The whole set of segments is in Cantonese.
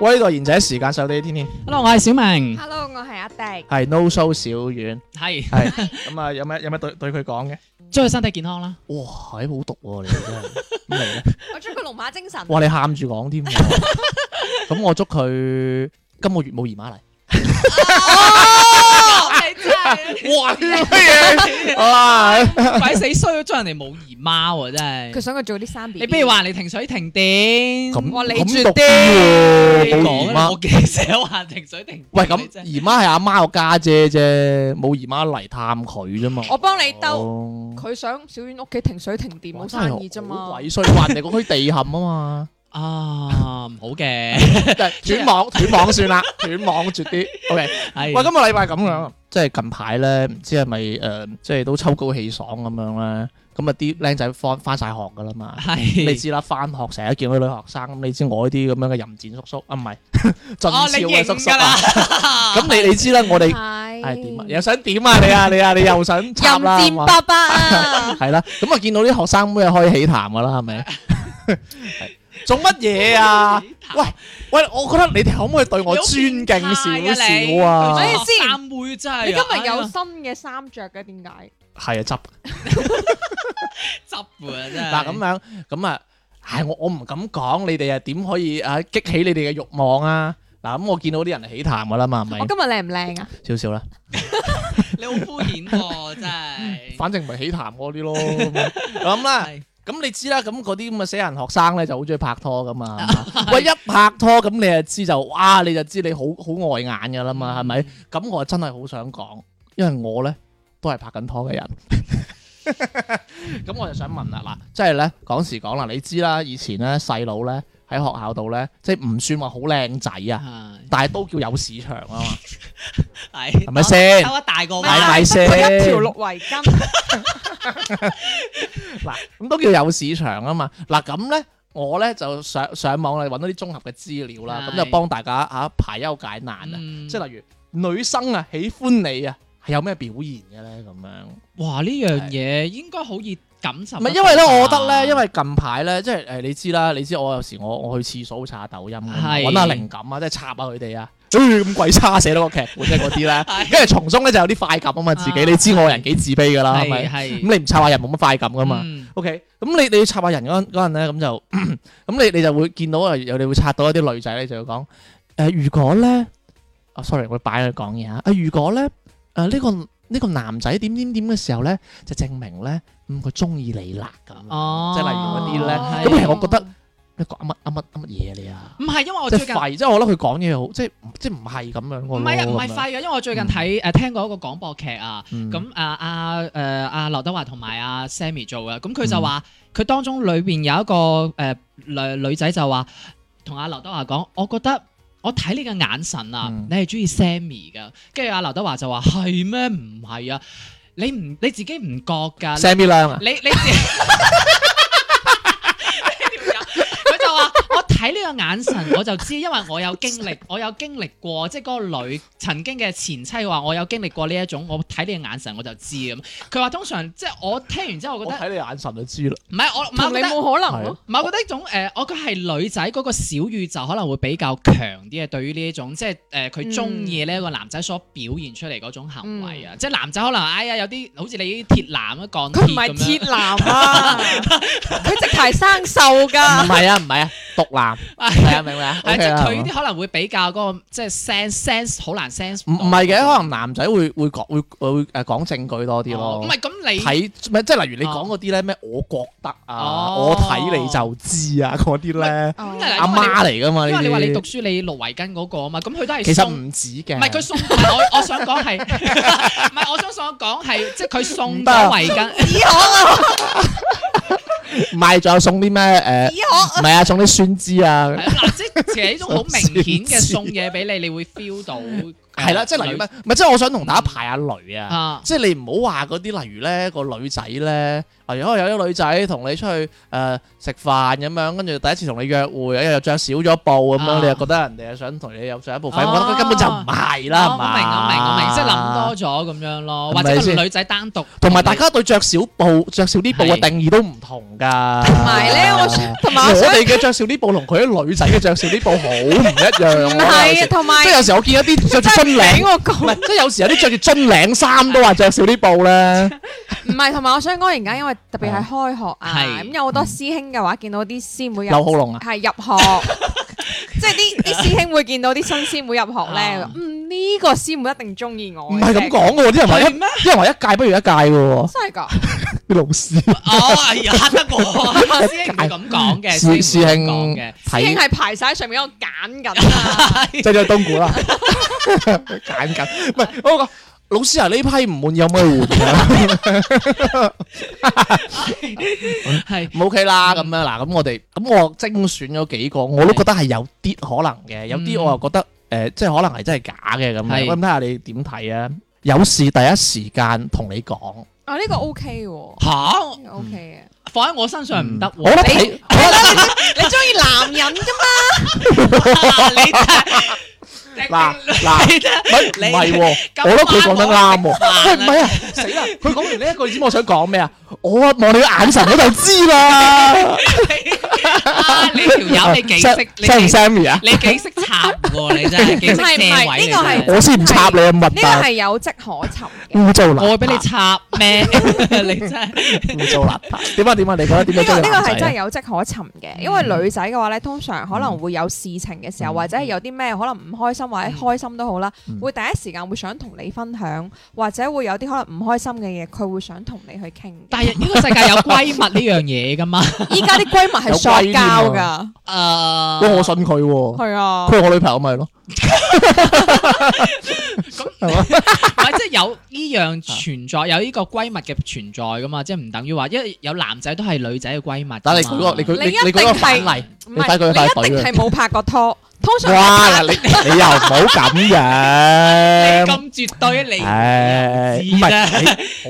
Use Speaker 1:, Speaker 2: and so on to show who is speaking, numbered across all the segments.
Speaker 1: 喂，呢度係賢者時間，手機天天
Speaker 2: Hello，我係小明，
Speaker 3: Hello，我係阿迪。
Speaker 1: 係 No Show 小遠，
Speaker 2: 係
Speaker 1: 係 咁啊，有咩有咩對對佢講嘅？
Speaker 2: 祝佢身體健康啦。
Speaker 1: 哇，係好毒喎，你真係咁嚟 咧！
Speaker 3: 我祝佢龍馬精神。
Speaker 1: 哇，你喊住講添喎， 咁我祝佢今個月冇姨媽嚟。
Speaker 3: 你真係
Speaker 1: 哇，你乜嘢？哇！
Speaker 2: 鬼死衰咗，人哋冇姨媽喎，真
Speaker 3: 佢
Speaker 2: 係。
Speaker 3: 想佢做啲三 B。
Speaker 2: 你不如話你停水停電，
Speaker 1: 咁
Speaker 2: 哇你
Speaker 1: 咁
Speaker 2: 絕
Speaker 1: 毒啲喎，
Speaker 2: 你
Speaker 1: 冇姨
Speaker 2: 講啦，
Speaker 1: 媽
Speaker 2: 我。幾時有話停水停電？
Speaker 1: 喂，
Speaker 2: 你真係
Speaker 1: 咁姨媽係阿媽個家姐啫，冇姨媽嚟探佢啫嘛。
Speaker 3: 我幫你兜。
Speaker 1: 哦
Speaker 3: 佢想小婉屋企停水停電冇
Speaker 1: 哇真係
Speaker 3: 生意啫
Speaker 1: 好
Speaker 3: 嘛。
Speaker 1: 鬼衰，話人哋嗰區地陷啊嘛。
Speaker 2: 啊唔好嘅，
Speaker 1: 斷網斷網算啦，斷網 絕啲。OK，
Speaker 2: 係
Speaker 1: 喂，今個禮拜咁樣，即係近排咧，唔知係咪誒，即係都秋高氣爽咁樣咧，咁啊啲僆仔翻翻晒學噶啦 嘛。
Speaker 2: 係
Speaker 1: 你知啦，翻學成日見到女學生，咁你知我呢啲咁樣嘅淫賤叔叔 啊，唔係俊俏
Speaker 2: 哦，你
Speaker 1: 嘅
Speaker 2: 認
Speaker 1: 叔叔
Speaker 2: 㗎啦
Speaker 1: 啊。，咁你你知啦，我哋
Speaker 3: 係
Speaker 1: 係點啊？又想點啊？你啊你啊你又想插啦？係
Speaker 3: 淫
Speaker 1: 嘛
Speaker 3: 賤伯伯啊！
Speaker 1: 係啦，咁啊見到啲學生妹啊開喜談噶啦，係咪？係 做乜嘢啊？喂喂，我覺得你哋可唔可以對我尊敬少少
Speaker 3: 你
Speaker 1: 啊
Speaker 3: 好變態㗎？
Speaker 2: 所以三妹真係，
Speaker 3: 你今日有
Speaker 2: 哎呀
Speaker 3: 新嘅衫着嘅，點解？
Speaker 1: 係啊，執
Speaker 2: 執喎真係。
Speaker 1: 嗱咁樣咁啊，唉，我我唔敢講，你哋啊點可以啊激起你哋嘅慾望啊？嗱咁我見到啲人係喜談噶啦嘛，係咪
Speaker 3: 我今日靚唔靚啊？
Speaker 1: 少少啦？
Speaker 2: 你好敷衍喎， 真係。
Speaker 1: 反正唔係喜談嗰啲咯，咁啦。
Speaker 2: 係
Speaker 1: 咁你知啦，咁嗰啲咁嘅死人學生咧就好中意拍拖噶嘛，係嘛喂一拍拖咁你就知就哇你就知你好好礙眼噶啦嘛，係咪？咁我真係好想講，因為我咧都係拍緊拖嘅人。 咁我就想問啦，嗱，即係咧講時講啦，你知啦，以前咧細佬咧喺學校度咧，即係唔算話好靚仔啊，但係都叫有市場啊嘛，
Speaker 2: 係
Speaker 1: 係咪先？
Speaker 2: 兜一大個位
Speaker 1: 咪係咪先
Speaker 3: 佢一條綠圍巾，
Speaker 1: 嗱，咁都叫有市場啊嘛。嗱，咁咧我咧就上上網嚟揾到啲綜合嘅資料啦，
Speaker 2: 係
Speaker 1: 咁就幫大家嚇排憂解難啊。
Speaker 2: 嗯
Speaker 1: 即係例如女生啊喜歡你啊，係有咩表現嘅咧？咁樣
Speaker 2: 哇！呢樣嘢應該好易感受。
Speaker 1: 唔係因為咧，我覺得
Speaker 2: 啊
Speaker 1: 咧，因為近排咧，即係誒你知啦，你知我有時我我去廁所會刷下抖音㗎嘛，
Speaker 2: 係
Speaker 1: 揾下靈感啊，即係插下佢 哋啊。誒咁鬼差寫到個劇本即係嗰啲咧，跟住從中咧就有啲快感啊嘛，自己
Speaker 2: 啊
Speaker 1: 你知我人幾自卑㗎啦，係
Speaker 2: 係
Speaker 1: 咪？
Speaker 2: 係
Speaker 1: 咁你唔插下人冇乜快感㗎嘛。
Speaker 2: 嗯
Speaker 1: O.K. 咁你你要插下人嗰陣嗰陣咧，咁就 咁你你就會見到啊，有你會插到一啲女仔咧，就會講誒、呃如果咧，啊，sorry，我擺佢講嘢嚇，啊，如果咧，誒、呢個呢、個男仔點點點嘅時候咧，就證明咧，嗯，佢中意你啦咁樣。
Speaker 2: 哦，
Speaker 1: 即係例如嗰啲咧
Speaker 2: 係
Speaker 1: 咁其實我覺得你講乜乜乜乜嘢你啊？
Speaker 2: 唔係因為我
Speaker 1: 即
Speaker 2: 最
Speaker 1: 係
Speaker 2: 近。
Speaker 1: 廢，即係我覺得佢講嘢好，即係即係唔係咁樣
Speaker 2: 唔係啊，唔
Speaker 1: 喎。
Speaker 2: 係
Speaker 1: 咁樣
Speaker 2: 廢嘅，因為我最近睇誒聽過一個廣播劇啊，
Speaker 1: 嗯
Speaker 2: 咁啊啊誒啊劉德華同埋阿 Sammy 做嘅，咁佢
Speaker 1: 嗯
Speaker 2: 就話佢當中裏邊有一個誒女女仔就話同阿劉德華講，我覺得我睇你嘅眼神啊
Speaker 1: 嗯，
Speaker 2: 你係中意 Sammy 噶，跟住阿劉德華就話係咩？唔係啊，你唔你自己唔覺㗎，你
Speaker 1: Sammy 亮啊，
Speaker 2: 你你自己呢條友 佢就話：我睇呢個眼神我就知，因為我有經 歷，我有經歷過，即係嗰個女曾經嘅前妻話我有經歷過呢一種，我睇你嘅眼神我就知咁。佢話通常即係我聽完之後，我
Speaker 1: 我
Speaker 2: 覺得
Speaker 1: 睇你眼神就知啦。
Speaker 2: 唔係我唔係我
Speaker 3: 同你
Speaker 2: 覺得。
Speaker 3: 冇可能
Speaker 1: 係啊
Speaker 3: 咯。
Speaker 2: 唔係，我覺得一種誒、呃我覺得係女仔嗰個小宇宙可能會比較強啲嘅，對於呢一種即係誒佢中意呢一個男仔所表現出嚟嗰種行為啊，即係男仔可能哎呀有啲好似你啲鐵男啊鋼
Speaker 3: 嗯佢
Speaker 2: 鐵咁
Speaker 3: 唔係
Speaker 2: 樣，
Speaker 3: 鐵男 啊，佢直頭係生鏽
Speaker 1: 唔
Speaker 3: 㗎。
Speaker 1: 係啊，唔係啊，毒男係啊，明唔明啊
Speaker 2: 係
Speaker 1: OK
Speaker 2: 即係
Speaker 1: 啦係
Speaker 2: 佢
Speaker 1: 嘛
Speaker 2: 啲可能會比較嗰個即係 sense sense 好難 sense
Speaker 1: 唔唔係嘅，可能男仔會會講會會誒呃講證據多啲
Speaker 2: 哦
Speaker 1: 咯
Speaker 2: 唔。係咁你
Speaker 1: 睇唔係即係例如你講
Speaker 2: 哦
Speaker 1: 嗰啲咧咩？我覺得啊，
Speaker 2: 哦
Speaker 1: 我睇你就知啊，嗰啲咧
Speaker 3: 哦
Speaker 2: 咁嚟
Speaker 1: 阿媽嚟噶嘛？
Speaker 2: 因為
Speaker 1: 呢
Speaker 2: 你話你讀
Speaker 1: 啲
Speaker 2: 書你綠圍巾嗰個啊嘛，咁佢都係
Speaker 1: 其實
Speaker 2: 送
Speaker 1: 唔止嘅，
Speaker 2: 唔係佢送，唔係我我想講係唔係我想想講係即係佢送咗圍巾，
Speaker 1: 唔係，仲有送啲咩诶？
Speaker 3: 咦
Speaker 1: 唔係啊，送啲酸枝啊。
Speaker 2: 係嗱，即係其實呢種好明顯嘅送嘢俾你，你會 feel 到
Speaker 1: 係啦，即係例如咩？唔係，即係我想同大家排下雷啊。
Speaker 2: 啊，
Speaker 1: 即係你唔好話嗰啲，例如咧個女仔咧，例如可能有啲女仔同你出去誒食、飯咁樣，跟住第一次同你約會，又又着少咗布咁樣，
Speaker 2: 啊
Speaker 1: 你又覺得人哋又想同你有上一步快，
Speaker 2: 哦
Speaker 1: 我覺得佢根本就唔係啦，係
Speaker 2: 我
Speaker 1: 嘛、
Speaker 2: 明我明我明，即係諗多咗咁樣咯，或
Speaker 1: 係咪
Speaker 2: 者
Speaker 1: 先
Speaker 2: 個女仔單獨
Speaker 1: 同埋大家對着少布、着少啲布嘅
Speaker 2: 係
Speaker 1: 定義都唔同㗎。
Speaker 3: 同埋咧，我想同埋
Speaker 1: 我
Speaker 3: 我想
Speaker 1: 哋嘅着少啲布同佢啲女仔嘅着少啲布好唔一樣
Speaker 3: 唔
Speaker 1: 喎。有
Speaker 3: 係啊，
Speaker 1: 時
Speaker 3: 同埋
Speaker 1: 即係有時我見一啲着住 樽
Speaker 3: 俾
Speaker 1: 領，
Speaker 3: 我
Speaker 1: 唔
Speaker 3: 講
Speaker 1: 係，即係有時有啲着住樽領衫都話着少啲布咧。
Speaker 3: 唔係同埋我想講而家，因為特別
Speaker 1: 哦
Speaker 3: 係開學啊，
Speaker 2: 係
Speaker 3: 咁有好多師兄嘅話，見到啲師妹入
Speaker 1: 劉浩龍啊，
Speaker 3: 係入學， 即係啲啲師兄會見到啲新師妹入學咧
Speaker 2: 啊，
Speaker 3: 嗯呢個師妹一定中意我，
Speaker 1: 唔係咁，講嘅喎，啲人話一
Speaker 2: 係咩？
Speaker 1: 因為話一屆不如一屆嘅喎，
Speaker 3: 真係㗎。
Speaker 1: 啲老師
Speaker 2: 哦，哎呀，得我師兄唔會咁講嘅，
Speaker 1: 師
Speaker 2: 師
Speaker 1: 師
Speaker 2: 兄唔
Speaker 1: 兄
Speaker 2: 會咁講嘅。
Speaker 3: 師兄
Speaker 1: 睇
Speaker 3: 係排晒喺上面，我揀緊 啊！
Speaker 1: 即係東古啦，揀緊。唔係我講老師啊，呢批唔滿有咩換啊？
Speaker 2: 係
Speaker 1: 唔 OK 啦，咁樣嗱，咁我哋咁我精選咗幾個，我都覺得係有啲可能嘅，有啲
Speaker 2: 嗯
Speaker 1: 我又覺得誒，即係可能係真係假嘅咁樣。
Speaker 2: 係
Speaker 1: 咁睇下你點睇啊？有事第一時間同你講，
Speaker 3: 啊，呢個 OK 喎
Speaker 2: 吓，
Speaker 3: 呢個，OK
Speaker 2: 放喺我身上唔得
Speaker 1: 我
Speaker 2: 喎
Speaker 1: 覺得。睇
Speaker 3: 嘅。係啦，你你中意男人㗎嘛？
Speaker 2: 啊你嗱
Speaker 1: 嗱嗱。唔係唔係喎，我覺得佢講得啱喎。喂，唔係啊，死啦！佢講完呢一句，你知唔知我想講咩啊？我啊望你嘅眼神我就知啦。
Speaker 2: 啊，你條友你幾識？你
Speaker 1: Sam 唔
Speaker 2: 幾
Speaker 1: Sammy 啊？
Speaker 2: 你幾識插喎？你真係幾識
Speaker 3: 唔係唔
Speaker 2: 借
Speaker 3: 係
Speaker 2: 位。
Speaker 3: 呢個係
Speaker 2: 你真
Speaker 1: 我先唔插你啊，物
Speaker 3: 呢個
Speaker 1: 啊！
Speaker 3: 係有跡可尋嘅。
Speaker 1: 污糟
Speaker 2: 我
Speaker 1: 邋
Speaker 2: 會俾你
Speaker 1: 遢，
Speaker 2: 插咩？你真係
Speaker 1: 污糟邋遢。點啊點啊？你覺得點
Speaker 3: 呢個呢
Speaker 1: 樣追
Speaker 3: 個係
Speaker 1: 男
Speaker 3: 真係
Speaker 1: 仔？
Speaker 3: 有跡可尋嘅，因為女仔嘅話咧，通常可能會有事情嘅時候，
Speaker 1: 嗯
Speaker 3: 或者係有啲咩可能唔開心或者開心都好啦
Speaker 1: 嗯，
Speaker 3: 會第一時間會想同你分享，或者會有啲可能唔開心嘅嘢，佢會想同你去傾嘅。
Speaker 2: 但係呢個世界有閨蜜呢樣嘢噶 嘛？
Speaker 3: 依家啲閨蜜 係
Speaker 1: 有
Speaker 3: 塑
Speaker 1: 閨添啊
Speaker 3: 膠
Speaker 2: 誒，
Speaker 3: 㗎，
Speaker 1: 喂，我信佢喎，
Speaker 3: 係啊
Speaker 1: 佢。係我女朋友咪係咯。
Speaker 2: 唔係即係有呢樣存在，有呢個閨蜜嘅存在噶嘛？即係唔等於話，因為有男仔都係女仔嘅�闺蜜㗎嘛。
Speaker 1: 但係你舉個你舉
Speaker 3: 你
Speaker 1: 你
Speaker 3: 一定
Speaker 1: 你舉個反例，
Speaker 3: 唔
Speaker 1: 你睇
Speaker 3: 係，
Speaker 1: 佢塊
Speaker 3: 你一
Speaker 1: 隊
Speaker 3: 定
Speaker 1: 啊
Speaker 3: 係冇拍過拖，通常
Speaker 1: 哇！嗱
Speaker 3: 啊
Speaker 1: 你你又唔好咁樣。
Speaker 2: 咁絕對你
Speaker 1: 唉，唔係你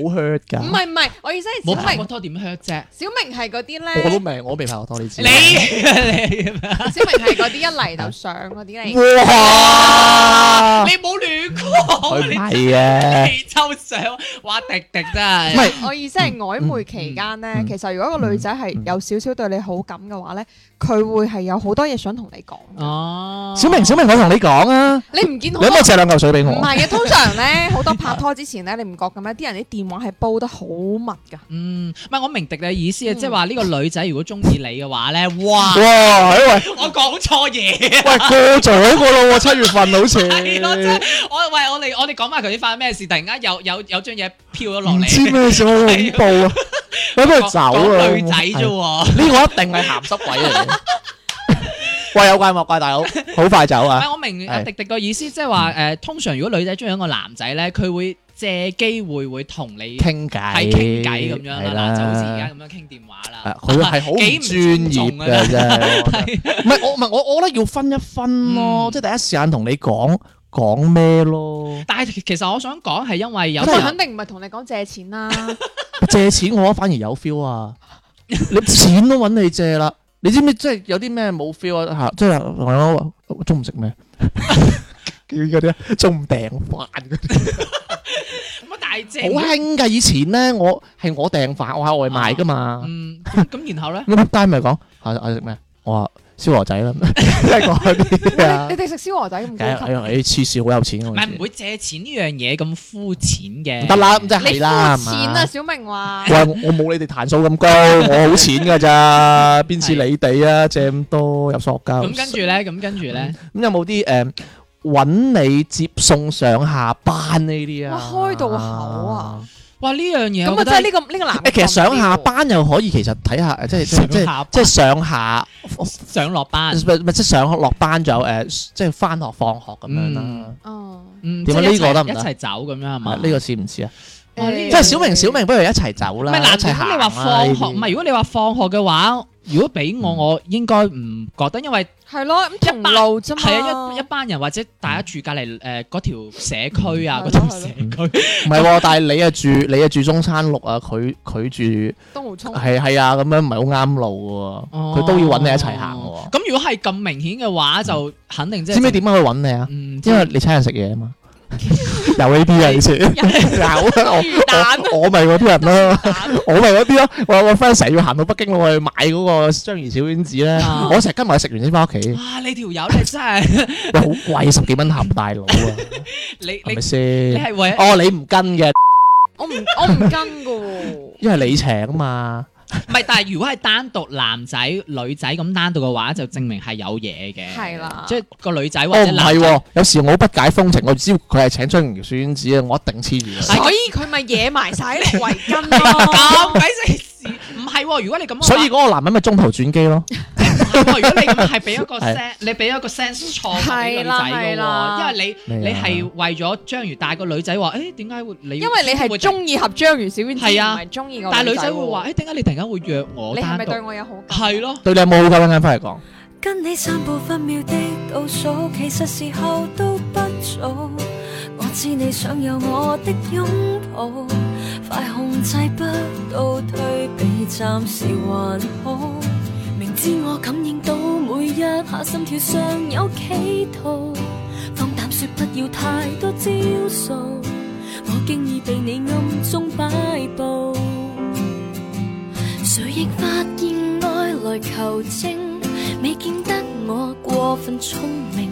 Speaker 1: 好 hurt 㗎
Speaker 3: 唔。係唔係，我意思係
Speaker 2: 冇
Speaker 3: 小
Speaker 2: 拍
Speaker 3: 明
Speaker 2: 過，拖點 hurt 啫？
Speaker 3: 小明係嗰啲
Speaker 1: 我都
Speaker 3: 咧，
Speaker 1: 未，我未拍過拖，你啊知。
Speaker 2: 你啊你
Speaker 3: 小明係嗰啲一嚟就上嗰啲嚟，
Speaker 1: 哇！
Speaker 2: 啊你冇亂講，
Speaker 1: 哦佢唔
Speaker 2: 你
Speaker 1: 係嘅，
Speaker 2: 你抽相，哇迪迪真係。
Speaker 1: 唔係
Speaker 3: 我意思係曖昧期間咧
Speaker 1: 嗯，
Speaker 3: 其實如果個女仔係有少少對你好感嘅話咧，佢會係有好多嘢想同你講。
Speaker 2: 哦，
Speaker 1: 小明，小明，我同你講啊，
Speaker 3: 你唔見
Speaker 1: 你
Speaker 3: 好
Speaker 1: 可唔可以
Speaker 3: 多
Speaker 1: 借兩嚿水俾我
Speaker 3: 唔？係嘅，通常咧好多拍拖之前咧，你唔覺咁咩？啲人啲電話係煲得好密㗎。
Speaker 2: 嗯，唔係我明迪你嘅意
Speaker 1: 嗯
Speaker 2: 思啊，即係話呢個女仔如果中意你嘅話咧，哇！
Speaker 1: 哇！喂
Speaker 2: 我講錯嘢。
Speaker 1: 喂，過咗個咯喎，七月份好似。
Speaker 2: 係咯，即係我喂我哋我哋講埋佢啲發生咩事，突然間有有有張嘢飄咗落
Speaker 1: 唔知
Speaker 2: 嚟，
Speaker 1: 咩事，好恐怖啊！我都係走啊！
Speaker 2: 講女仔啫喎。
Speaker 1: 呢個一定係鹹濕鬼嚟嘅。喂，有怪莫怪，大佬，好快走
Speaker 2: 唔
Speaker 1: 啊！
Speaker 2: 係我明
Speaker 1: 係
Speaker 2: 阿迪迪個意思，即係話誒，通常如果女仔中意一個男仔咧，佢會借機會會同你係
Speaker 1: 傾偈，
Speaker 2: 傾偈咁樣
Speaker 1: 係
Speaker 2: 啦，嗱就好似而家咁樣傾電話啦
Speaker 1: 啊。佢係好唔
Speaker 2: 幾唔尊
Speaker 1: 專業
Speaker 2: 重啊
Speaker 1: 嘅啫。
Speaker 2: 係
Speaker 1: 唔係我唔係我，我覺得要分一分
Speaker 2: 嗯
Speaker 1: 咯，即係第一時間同你講講咩咯。
Speaker 2: 但係其實我想講係因為有
Speaker 3: 佢
Speaker 2: 時候
Speaker 3: 肯定唔係同你講借錢啦，
Speaker 1: 借錢我反而有 feel 啊！你錢都揾你借啦，你知唔知即係有啲咩冇 feel 啊？嚇，即係我講我中午食咩？叫嗰啲啊中午訂飯嗰啲，
Speaker 2: 咁但係借
Speaker 1: 好興㗎！以前咧，我係我訂飯，我嗌外賣㗎嘛。
Speaker 2: 嗯咁咁然後咧
Speaker 1: 咁仆街咪講下下食咩？我話燒鵝仔啦， 即係講嗰啲啊
Speaker 3: 你。哋食燒鵝仔咁
Speaker 1: 梗係
Speaker 3: 高級
Speaker 1: 哎。呀哎黐線，好有錢
Speaker 2: 唔
Speaker 1: 㗎
Speaker 2: 係唔會借錢呢樣嘢咁膚淺嘅。
Speaker 1: 唔得啦，咁即
Speaker 3: 你
Speaker 1: 係
Speaker 3: 膚
Speaker 1: 啦，係
Speaker 3: 淺
Speaker 1: 嘛
Speaker 3: 啊，？小明話
Speaker 1: 喂，我冇你哋彈數 咁高，我好錢㗎咋？邊似你哋啊？借咁多入塑膠。
Speaker 2: 咁跟住咧，咁跟住咧，
Speaker 1: 咁有冇啲誒揾你接送上下班呢啲啊？
Speaker 3: 哇開到口啊！
Speaker 2: 哇呢樣嘢
Speaker 3: 咁
Speaker 2: 我
Speaker 3: 啊，
Speaker 2: 覺
Speaker 3: 真
Speaker 2: 得
Speaker 3: 係呢個呢個男嘅哦
Speaker 1: 誒，其實上下
Speaker 3: 放唔
Speaker 1: 班又可以，其實睇下誒即係即係即
Speaker 2: 上
Speaker 1: 係
Speaker 2: 下班啊
Speaker 1: 即係上下，
Speaker 2: 上落班
Speaker 1: 唔。係唔係即係上學落班仲有誒，即係翻學放學咁樣啦
Speaker 2: 嗯。
Speaker 3: 掂哦，
Speaker 2: 嗯，
Speaker 1: 點
Speaker 2: 即係
Speaker 1: 啊
Speaker 2: 一
Speaker 1: 呢個
Speaker 2: 齊
Speaker 1: 得唔得
Speaker 2: 一齊走咁樣係
Speaker 1: 係嘛
Speaker 2: 嘛？
Speaker 1: 呢個似唔似啊？
Speaker 2: 哇呢
Speaker 1: 即
Speaker 2: 樣
Speaker 1: 係小明小明不如一齊走
Speaker 2: 嗯唔
Speaker 1: 啦，
Speaker 2: 係
Speaker 1: 一
Speaker 2: 嗱，
Speaker 1: 齊
Speaker 2: 如果
Speaker 1: 行啦
Speaker 2: 你話放學，
Speaker 1: 呢啲
Speaker 2: 唔係如果你話放學嘅話，如果俾我，我應該唔覺得，因為
Speaker 3: 係咯，咁同
Speaker 2: 班
Speaker 3: 路啫嘛。
Speaker 2: 係啊一一班人或者大家住隔離誒嗰條社區啊，
Speaker 3: 嗯
Speaker 2: 嗰條
Speaker 3: 係
Speaker 2: 社
Speaker 3: 咯
Speaker 2: 區，
Speaker 1: 唔係喎，但係你啊住你啊住中山六啊，佢佢住
Speaker 3: 東湖涌
Speaker 1: 係係啊，咁樣唔係好啱路嘅
Speaker 3: 哦
Speaker 1: 喎，佢都要揾你一齊行
Speaker 2: 哦
Speaker 1: 喎。
Speaker 2: 咁如果係咁明顯嘅話，就肯定即係
Speaker 1: 知唔知點解去揾你啊？
Speaker 2: 嗯？
Speaker 1: 因為你請人食嘢 啊嘛，有呢啲啊以前，有我我我咪嗰啲人咯。 我咪嗰啲咯，我有個 friend 成日要行到北京咯，我去買嗰個章魚小丸子咧
Speaker 2: 啊，
Speaker 1: 我成日跟埋佢食完先翻屋企，
Speaker 2: 啊！你條友你真係
Speaker 1: 喂好貴十幾蚊盒大佬啊，
Speaker 2: 你你
Speaker 1: 係咪
Speaker 2: 你
Speaker 1: 先？
Speaker 2: 係為
Speaker 1: 哦，你唔跟嘅，
Speaker 3: 我唔我唔跟噶
Speaker 1: 因為你請啊嘛，
Speaker 2: 唔係？但係如果係單獨男仔女仔咁單獨嘅話，就證明係有嘢嘅。
Speaker 3: 係啦
Speaker 2: 即係個女仔或
Speaker 1: 哦
Speaker 2: 者
Speaker 1: 唔
Speaker 2: 男
Speaker 1: 係
Speaker 2: 仔。
Speaker 1: 喎，有時我好不解風情，我只要佢係請章魚小丸子啊，我一定黐住
Speaker 3: 喎，
Speaker 1: 佢。
Speaker 3: 所以佢咪惹埋晒啲 圍巾咯
Speaker 2: 咁。鬼死事，唔係喎！如果你咁嘅話，
Speaker 1: 所以嗰個男人咪中途轉機咯，
Speaker 2: 如果你咁係俾一個
Speaker 1: 係
Speaker 2: sense，你俾一個 sense 錯誤俾女
Speaker 3: 係啦係
Speaker 2: 仔嘅喎，
Speaker 3: 啦
Speaker 2: 因為你
Speaker 1: 咩
Speaker 2: 你
Speaker 1: 啊
Speaker 2: 係為咗章魚，但係個女仔話：，誒點解會你？
Speaker 3: 因為你係，中意合章魚小丸子，
Speaker 2: 係啊
Speaker 3: 唔係中意個
Speaker 2: 但係女仔
Speaker 3: 仔
Speaker 2: 會
Speaker 3: 喎
Speaker 2: 話：，誒點解你突然間會約我
Speaker 3: 你係
Speaker 2: 單
Speaker 3: 咪對
Speaker 2: 獨？
Speaker 3: 我有好感？
Speaker 2: 係，咯，
Speaker 1: 對你有冇好感啊？翻嚟講，
Speaker 4: 跟你散步分秒的倒數，其實時候都不早。我知你想有我的擁抱，快控制不到推避，暫時還好。明知我感應到每一下心跳上有企圖，放膽說不要太多招數，我經已被你暗中擺佈。誰亦發現愛來求證，未見得我過分聰明。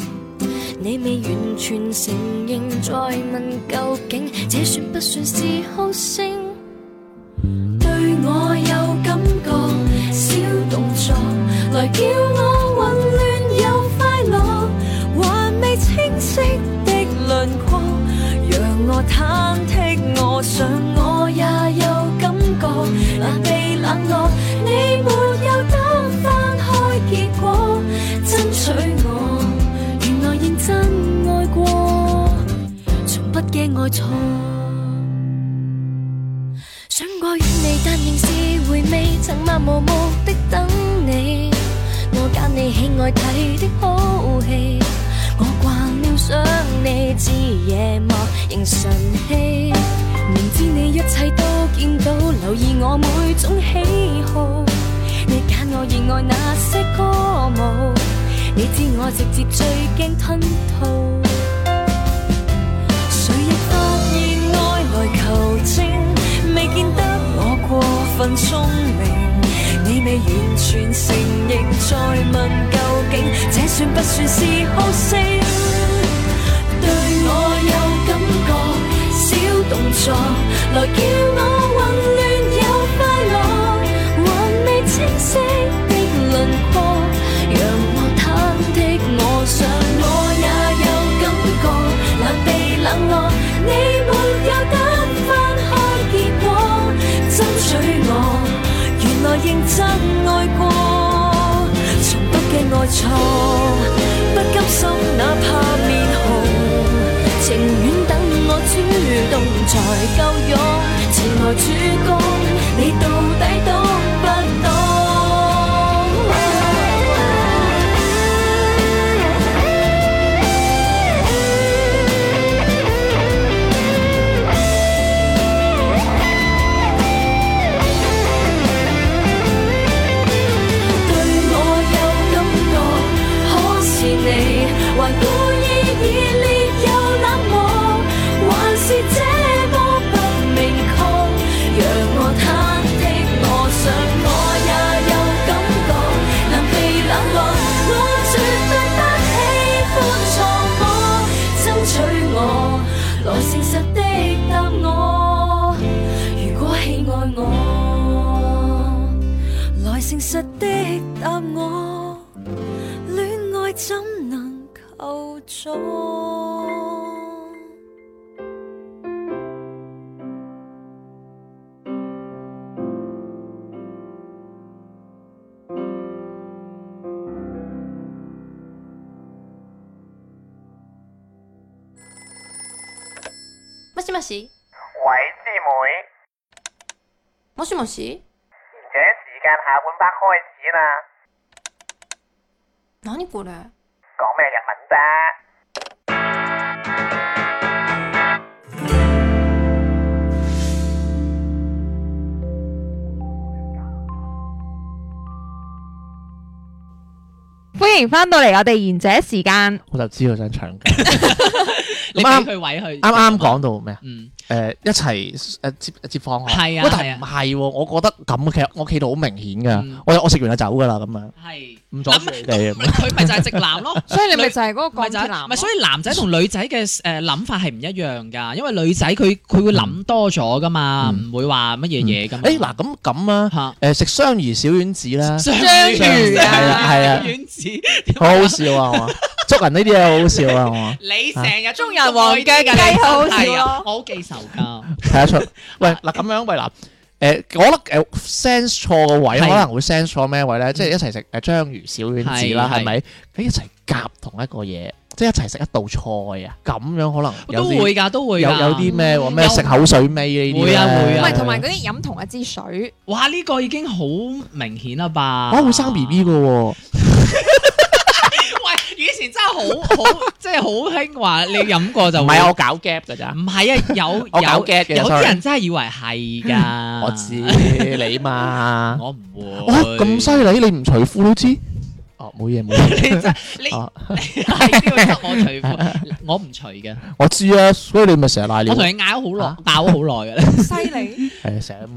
Speaker 4: 你未完全承認，再問究竟，這算不算是好勝？對我有感覺，小動作來叫我混亂又快樂，還未清晰的輪廓，讓我忐忑。我想我也有感覺，難被冷落，你沒有等翻開結果，爭取我，原來認真愛過，從不驚愛錯。想我與你，但仍是回味，曾漫無目的等你。我揀你喜愛睇的好戲，我慣了想你，至夜幕仍晨曦。明知你一切都見到，留意我每種喜好。你揀我熱愛那些歌舞，你知我直接最驚吞吐。誰亦發現愛來求證，未見得我過分聰明。你未完全承認，再問究竟，這算不算是好勝？對我有感覺，小動作來叫我混亂又快樂，還未清晰的輪廓，讓我忐忑，我想我也有。感覺難被冷落，你沒有得翻開結果，爭取我，原來認真愛過，從不驚愛錯，不甘心哪怕面紅，情願等我主動才夠勇，前來主攻，你到底懂不懂？對我有感覺，可是你還故意熱烈又冷漠，還是這麼不明確，讓我忐忑。我想我也有感覺，能被冷落，我絕對不喜歡錯摸，爭取我來誠實的答我。如果喜愛我。來誠實的答我，戀愛怎能求助？
Speaker 5: 喂，師妹，もしも
Speaker 6: 而
Speaker 5: し
Speaker 6: 時間下半 part 開始啦，
Speaker 5: 何こ
Speaker 6: 講
Speaker 5: れ
Speaker 6: 咩日文啫？
Speaker 3: 歡迎翻到嚟我哋賢者時間，
Speaker 1: 我就知道想唱嘅。
Speaker 2: 你俾
Speaker 1: 啱
Speaker 2: 佢位佢。
Speaker 1: 啱啱講到咩啊？
Speaker 2: 嗯，
Speaker 1: 誒一齊誒接接放學。
Speaker 2: 係啊
Speaker 1: 喂但
Speaker 2: 係啊
Speaker 1: 係唔係喎？我覺得咁其實我企到好明顯
Speaker 2: 嗯
Speaker 1: 㗎。我我食完就走㗎啦咁樣，
Speaker 2: 係。
Speaker 1: 唔阻住你哋咁樣。
Speaker 2: 佢咪就係直男咯。
Speaker 3: 所以你咪就係嗰個
Speaker 2: 咪
Speaker 3: 鋼
Speaker 2: 就
Speaker 3: 鐵
Speaker 2: 係，
Speaker 3: 男啊
Speaker 2: 咪所以男仔同女仔嘅誒諗法係唔一樣㗎，因為女仔佢佢會諗多咗㗎嘛，
Speaker 1: 嗯
Speaker 2: 唔會話乜嘢嘢㗎嘛。
Speaker 1: 誒嗱咁咁啊
Speaker 2: 嚇
Speaker 1: 誒食雙魚小丸子啦，
Speaker 2: 章
Speaker 3: 章魚啊
Speaker 1: 係啊 係啊
Speaker 2: 丸子，
Speaker 1: 好好笑啊！係嘛，捉人呢啲嘢好好笑啊！係嘛，
Speaker 2: 你成日
Speaker 3: 中人王腳雞好好笑咯
Speaker 2: 我好記仇㗎。
Speaker 1: 睇 得出。喂嗱咁樣喂嗱。誒，我覺得誒 sense 錯個
Speaker 2: 係
Speaker 1: 位，可能會 sense 錯咩位咧？即係一齊食誒章魚小丸子啦，
Speaker 2: 係
Speaker 1: 係咪？咁一齊夾同一個嘢，即係一齊食一道菜啊！咁樣可能有
Speaker 2: 都
Speaker 1: 啲
Speaker 2: 會㗎，都會
Speaker 1: 有
Speaker 2: 㗎。
Speaker 1: 有啲咩喎？咩
Speaker 2: 有
Speaker 1: 食口水尾呢啲
Speaker 2: 會啊
Speaker 1: 呢
Speaker 2: 會啊
Speaker 3: 唔係同埋嗰啲飲同一支 水，
Speaker 2: 哇！呢個已經好明顯啦吧？
Speaker 1: 啊會生 B B 嘅喎，
Speaker 2: 喂，以前真係好 好，即係好興話你飲過就
Speaker 1: 唔
Speaker 2: 會
Speaker 1: 係啊我搞 gap 㗎咋
Speaker 2: 唔，係啊，有
Speaker 1: 我
Speaker 2: 有
Speaker 1: 搞 get 嘅
Speaker 2: 有啲
Speaker 1: sorry
Speaker 2: 人真係以為係㗎。
Speaker 1: 我知 你嘛。
Speaker 2: 我唔
Speaker 1: 哇
Speaker 2: 會。
Speaker 1: 咁犀利，你唔除褲都知？哦，冇嘢冇 嘢，
Speaker 2: 你真你
Speaker 1: 哦
Speaker 2: 你係都要得我除 褲，我唔除嘅。
Speaker 1: 我知啊，所以你咪成日賴
Speaker 2: 我
Speaker 1: 尿
Speaker 2: 同，你嗌咗好耐，爆咗好耐嘅咧。
Speaker 3: 犀 利，
Speaker 1: 係成日咁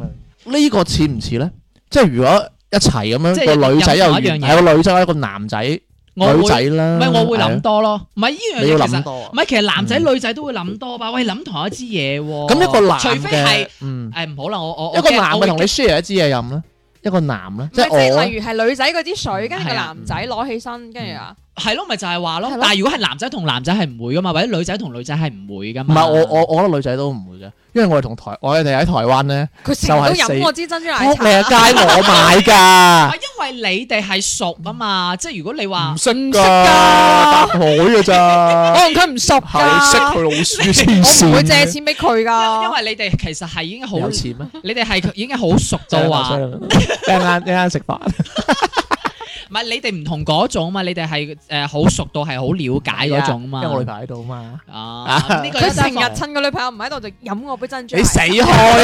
Speaker 1: 樣。呢個似唔似咧？即係如果一齊咁
Speaker 2: 即
Speaker 1: 樣，
Speaker 2: 係
Speaker 1: 個女仔又
Speaker 2: 任何一樣嘢
Speaker 1: 係個女仔，一個男仔，女
Speaker 2: 我會
Speaker 1: 仔
Speaker 2: 唔
Speaker 1: 啦。
Speaker 2: 係我會
Speaker 1: 係
Speaker 2: 諗
Speaker 1: 啊，
Speaker 2: 多咯，唔係呢樣
Speaker 1: 你要
Speaker 2: 嘢其
Speaker 1: 諗
Speaker 2: 實
Speaker 1: 多啊
Speaker 2: 唔。係其實男仔女仔都會諗多吧？喂，諗同一支嘢喎。
Speaker 1: 嗯咁一個男
Speaker 2: 除非係
Speaker 1: 嘅，嗯，
Speaker 2: 誒唔好啦，我我我
Speaker 1: 一個
Speaker 2: 驚
Speaker 1: 男
Speaker 2: 我會
Speaker 1: 嘅同你 share 一支嘢飲咧，一個男咧，
Speaker 3: 唔
Speaker 1: 即
Speaker 3: 係
Speaker 1: 係
Speaker 3: 即係
Speaker 1: 我
Speaker 3: 例
Speaker 1: 呢
Speaker 3: 如係女仔嗰支水，跟住個
Speaker 2: 係啊
Speaker 3: 男仔攞起身，跟住啊，
Speaker 2: 係咯，咪就係話咯
Speaker 3: 係。咯
Speaker 2: 但係如果係男仔同男仔係唔會噶嘛，或者女仔同女仔係唔會噶
Speaker 1: 唔
Speaker 2: 嘛。
Speaker 1: 係我我我覺得女仔都唔會嘅，因為我哋同台我哋喺台灣咧，
Speaker 2: 嗯
Speaker 3: 佢成日都
Speaker 1: 就
Speaker 3: 飲
Speaker 1: 係四
Speaker 3: 我支珍珠奶
Speaker 1: 屋你嘅
Speaker 3: 茶，
Speaker 1: 街我買㗎。
Speaker 2: 啊，因為你哋係熟啊嘛，即係如果你話
Speaker 1: 唔識㗎，
Speaker 3: 識㗎
Speaker 1: 搭海㗎咋，
Speaker 3: 可能佢唔熟
Speaker 1: 係識
Speaker 3: 㗎，
Speaker 1: 佢老鼠
Speaker 3: 我
Speaker 1: 黐線。
Speaker 3: 唔會借，錢俾佢
Speaker 2: 因因
Speaker 3: 㗎。
Speaker 2: 為你哋其實係已經好，
Speaker 1: 啊有錢咩？
Speaker 2: 你哋係已經好熟到 話。
Speaker 1: 一間一間食飯，
Speaker 2: 唔係你哋唔同嗰種嘛，你哋係誒好熟到係好了解嗰種嘛。
Speaker 1: 啊因為我女朋友喺度嘛。
Speaker 2: 啊，咁呢個
Speaker 3: 佢成
Speaker 2: 有
Speaker 3: 日
Speaker 2: 得
Speaker 3: 趁個女朋友唔喺度就飲我杯珍珠
Speaker 1: 你
Speaker 3: 奶
Speaker 1: 死
Speaker 3: 茶。
Speaker 1: 開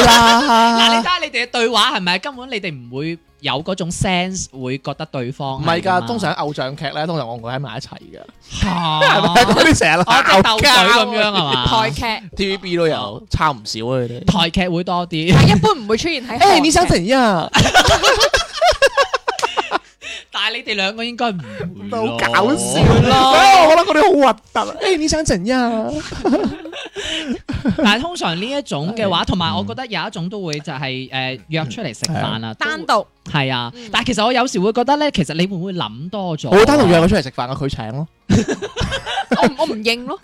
Speaker 2: 嗱，你睇
Speaker 1: 啦！
Speaker 2: 下你哋嘅對話係咪根本你哋唔會有嗰種 sense 會覺得對方啊
Speaker 1: 唔係
Speaker 2: 㗎
Speaker 1: 㗎，
Speaker 2: 嘛
Speaker 1: 通常偶像劇咧，通常我唔會喺埋一齊㗎。
Speaker 2: 嚇
Speaker 1: 係 咪嗰啲成日
Speaker 2: 啊我哦即係鬥
Speaker 1: 鬧
Speaker 2: 嘴咁樣哦
Speaker 1: 交
Speaker 2: 係嘛？
Speaker 3: 台劇，
Speaker 1: ？TVB 都有，差唔少啊！佢哋。
Speaker 2: 台劇會多啲，
Speaker 3: 但一般唔會出 現喺
Speaker 2: 哎
Speaker 1: 誒，
Speaker 3: 韓
Speaker 1: 你想
Speaker 3: 劇。
Speaker 1: 怎樣？
Speaker 2: 但係你哋兩個應該唔會
Speaker 1: 好
Speaker 2: 咯
Speaker 1: 搞笑啊咯！我覺得嗰啲好核突。誒，你想怎 樣？
Speaker 2: 但係通常呢一種嘅話，同埋我覺得有一種都會就係誒約出嚟食飯啊，
Speaker 3: 單獨
Speaker 2: 係啊
Speaker 3: 嗯。
Speaker 2: 但係其實我有時會覺得咧，其實你會唔會諗多咗？
Speaker 1: 我會單獨約佢出嚟食飯啊，佢請咯，
Speaker 3: 我唔我唔認咯，